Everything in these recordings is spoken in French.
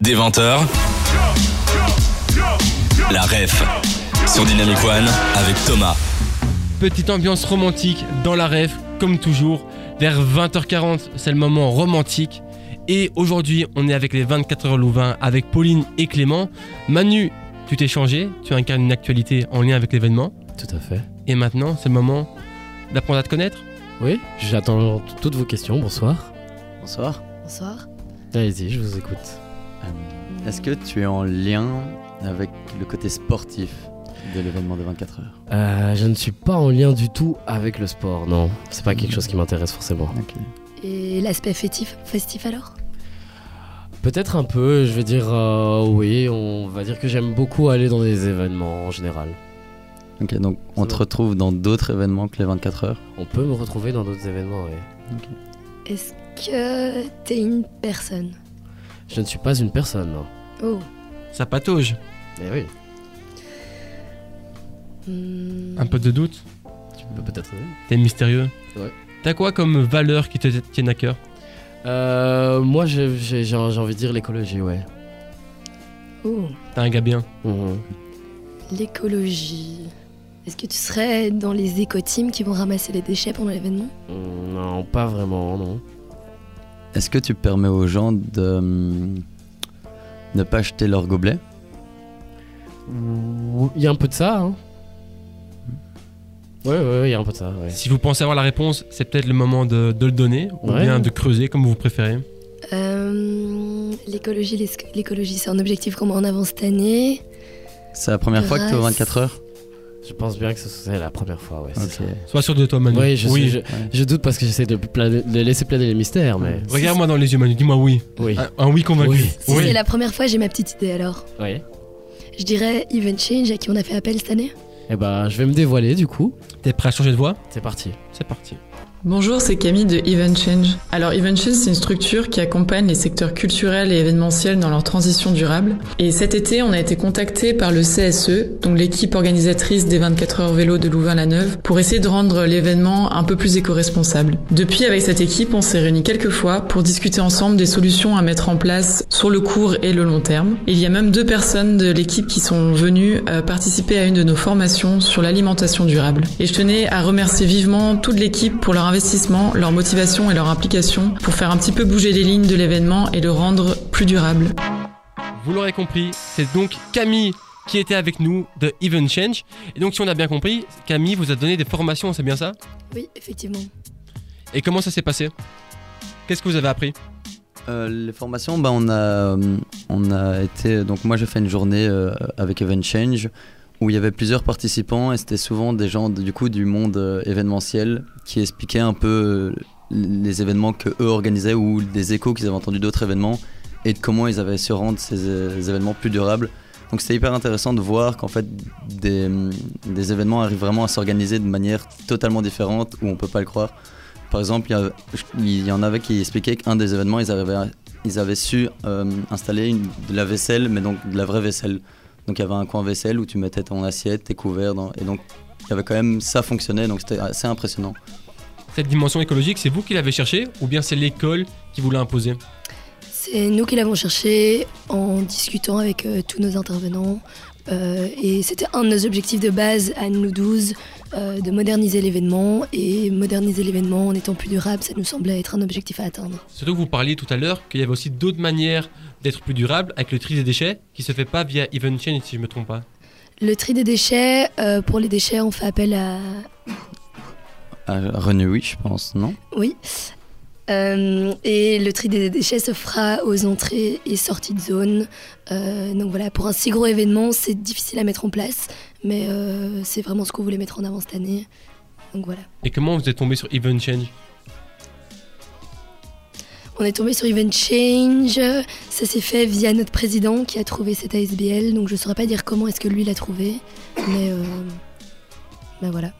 Des 20h, la ref sur Dynamic One avec Thomas. Petite ambiance romantique dans la rêve, comme toujours. Vers 20h40, c'est le moment romantique. Et aujourd'hui, on est avec les 24 heures Louvain, avec Pauline et Clément. Manu, tu t'es changé, tu incarnes une actualité en lien avec l'événement. Tout à fait. Et maintenant, c'est le moment d'apprendre à te connaître. Oui, j'attends toutes vos questions. Bonsoir. Bonsoir. Bonsoir. Allez-y, je vous écoute. Est-ce que tu es en lien avec le côté sportif de l'événement de 24 heures Euh, je ne suis pas en lien du tout avec le sport, non. C'est pas quelque chose qui m'intéresse forcément. Et l'aspect festif, festif alors Peut-être un peu, je vais dire euh, oui, on va dire que j'aime beaucoup aller dans des événements en général. Ok, donc on Ça te va. retrouve dans d'autres événements que les 24 heures On peut me retrouver dans d'autres événements, oui. Est-ce que t'es une personne Je ne suis pas une personne, non. Oh. Ça patauge. Eh oui, hmm, Un peu de doute. tu peux peut-être aider. T'es mystérieux. Ouais. T'as quoi comme valeur qui te tienne à cœur Euh, moi, j'ai- j'ai j'ai j'ai envie de dire l'écologie, ouais. Oh. T'as un gars bien. Mhm. L'écologie. Est-ce que tu serais dans les éco-teams qui vont ramasser les déchets pendant l'événement Mm, Non, pas vraiment, non. Est-ce que tu permets aux gens de hum, ne pas jeter leur gobelet Il y a un peu de ça, hein. Ouais, ouais, ouais, il y a un peu de ça, ouais. Si vous pensez avoir la réponse, c'est peut-être le moment de, de le donner, ou Ouais. bien de creuser comme vous préférez. Euh, L'écologie, l'es- l'écologie, c'est un objectif qu'on met en avant cette année. C'est la première fois que tu es aux 24 heures Je pense bien que ce soit la première fois, ouais. c'est Ok. ça. Sois sûr de toi, Manu. Oui, je, je- je doute parce que j'essaie de, planer- de laisser planer les mystères, mais. Regarde-moi dans les yeux, Manu. Dis-moi oui. Oui. Un, un oui convaincu. Oui. Si c'est la première fois, j'ai ma petite idée alors. Oui. Je dirais Even Change à qui on a fait appel cette année. Et bah, je vais me dévoiler du coup. T'es prêt à changer de voix C'est parti. C'est parti. Bonjour, c'est Camille de Event Change. Alors Event Change, c'est une structure qui accompagne les secteurs culturels et événementiels dans leur transition durable. Et cet été, on a été contacté par le CSE, donc l'équipe organisatrice des 24 heures vélo de Louvain-la-Neuve, pour essayer de rendre l'événement un peu plus éco-responsable. Depuis, avec cette équipe, on s'est réunis quelques fois pour discuter ensemble des solutions à mettre en place sur le court et le long terme. Il y a même deux personnes de l'équipe qui sont venues euh, participer à une de nos formations sur l'alimentation durable. Et je tenais à remercier vivement toute l'équipe pour leur investissement, leur motivation et leur implication pour faire un petit peu bouger les lignes de l'événement et le rendre plus durable. Vous l'aurez compris, c'est donc Camille qui était avec nous de Even Change. Et donc, si on a bien compris, Camille vous a donné des formations, c'est bien ça Oui, effectivement. Et comment ça s'est passé Qu'est-ce que vous avez appris Euh, les formations, bah, on, a, euh, on a été. Donc, moi, j'ai fait une journée euh, avec Event Change où il y avait plusieurs participants et c'était souvent des gens de- du coup du monde euh, événementiel qui expliquaient un peu euh, les événements que eux organisaient ou des échos qu'ils avaient entendus d'autres événements et de comment ils avaient su rendre ces euh, événements plus durables. Donc, c'était hyper intéressant de voir qu'en fait, des, hum, des événements arrivent vraiment à s'organiser de manière totalement différente où on peut pas le croire. Par exemple, il y a- il y, en avait qui expliquaient qu'un des événements, ils, arrivaient- ils avaient su euh, installer une- de la vaisselle, mais donc de la vraie vaisselle. Donc il y avait un coin vaisselle où tu mettais ton assiette, tes couverts, dans- et donc il y avait quand même ça fonctionnait, donc c'était assez impressionnant. Cette dimension écologique, c'est vous qui l'avez cherchée ou bien c'est l'école qui vous l'a imposée C'est nous qui l'avons cherché en discutant avec euh, tous nos intervenants. Euh, et c'était un de nos objectifs de base à nous 12, euh, de moderniser l'événement. Et moderniser l'événement en étant plus durable, ça nous semblait être un objectif à atteindre. Surtout que vous parliez tout à l'heure qu'il y avait aussi d'autres manières d'être plus durable avec le tri des déchets qui se fait pas via Even Change si je me trompe pas. Le tri des déchets, euh, pour les déchets, on fait appel à... À Renewy, je pense, non Oui. Euh, et le tri des déchets se fera aux entrées et sorties de zone. Euh, donc voilà, pour un si gros événement, c'est difficile à mettre en place, mais euh, c'est vraiment ce qu'on voulait mettre en avant cette année. Donc voilà. Et comment vous êtes tombé sur Even Change On est tombé sur Event Change. Ça s'est fait via notre président qui a trouvé cette ASBL. Donc je saurais pas dire comment est-ce que lui l'a trouvé, mais euh, ben voilà.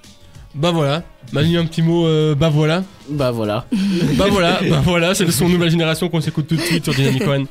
Bah voilà, Manu un petit mot, euh, bah voilà. Bah voilà. Bah voilà, bah voilà, c'est son nouvelle génération qu'on s'écoute tout de suite sur Dynamic One.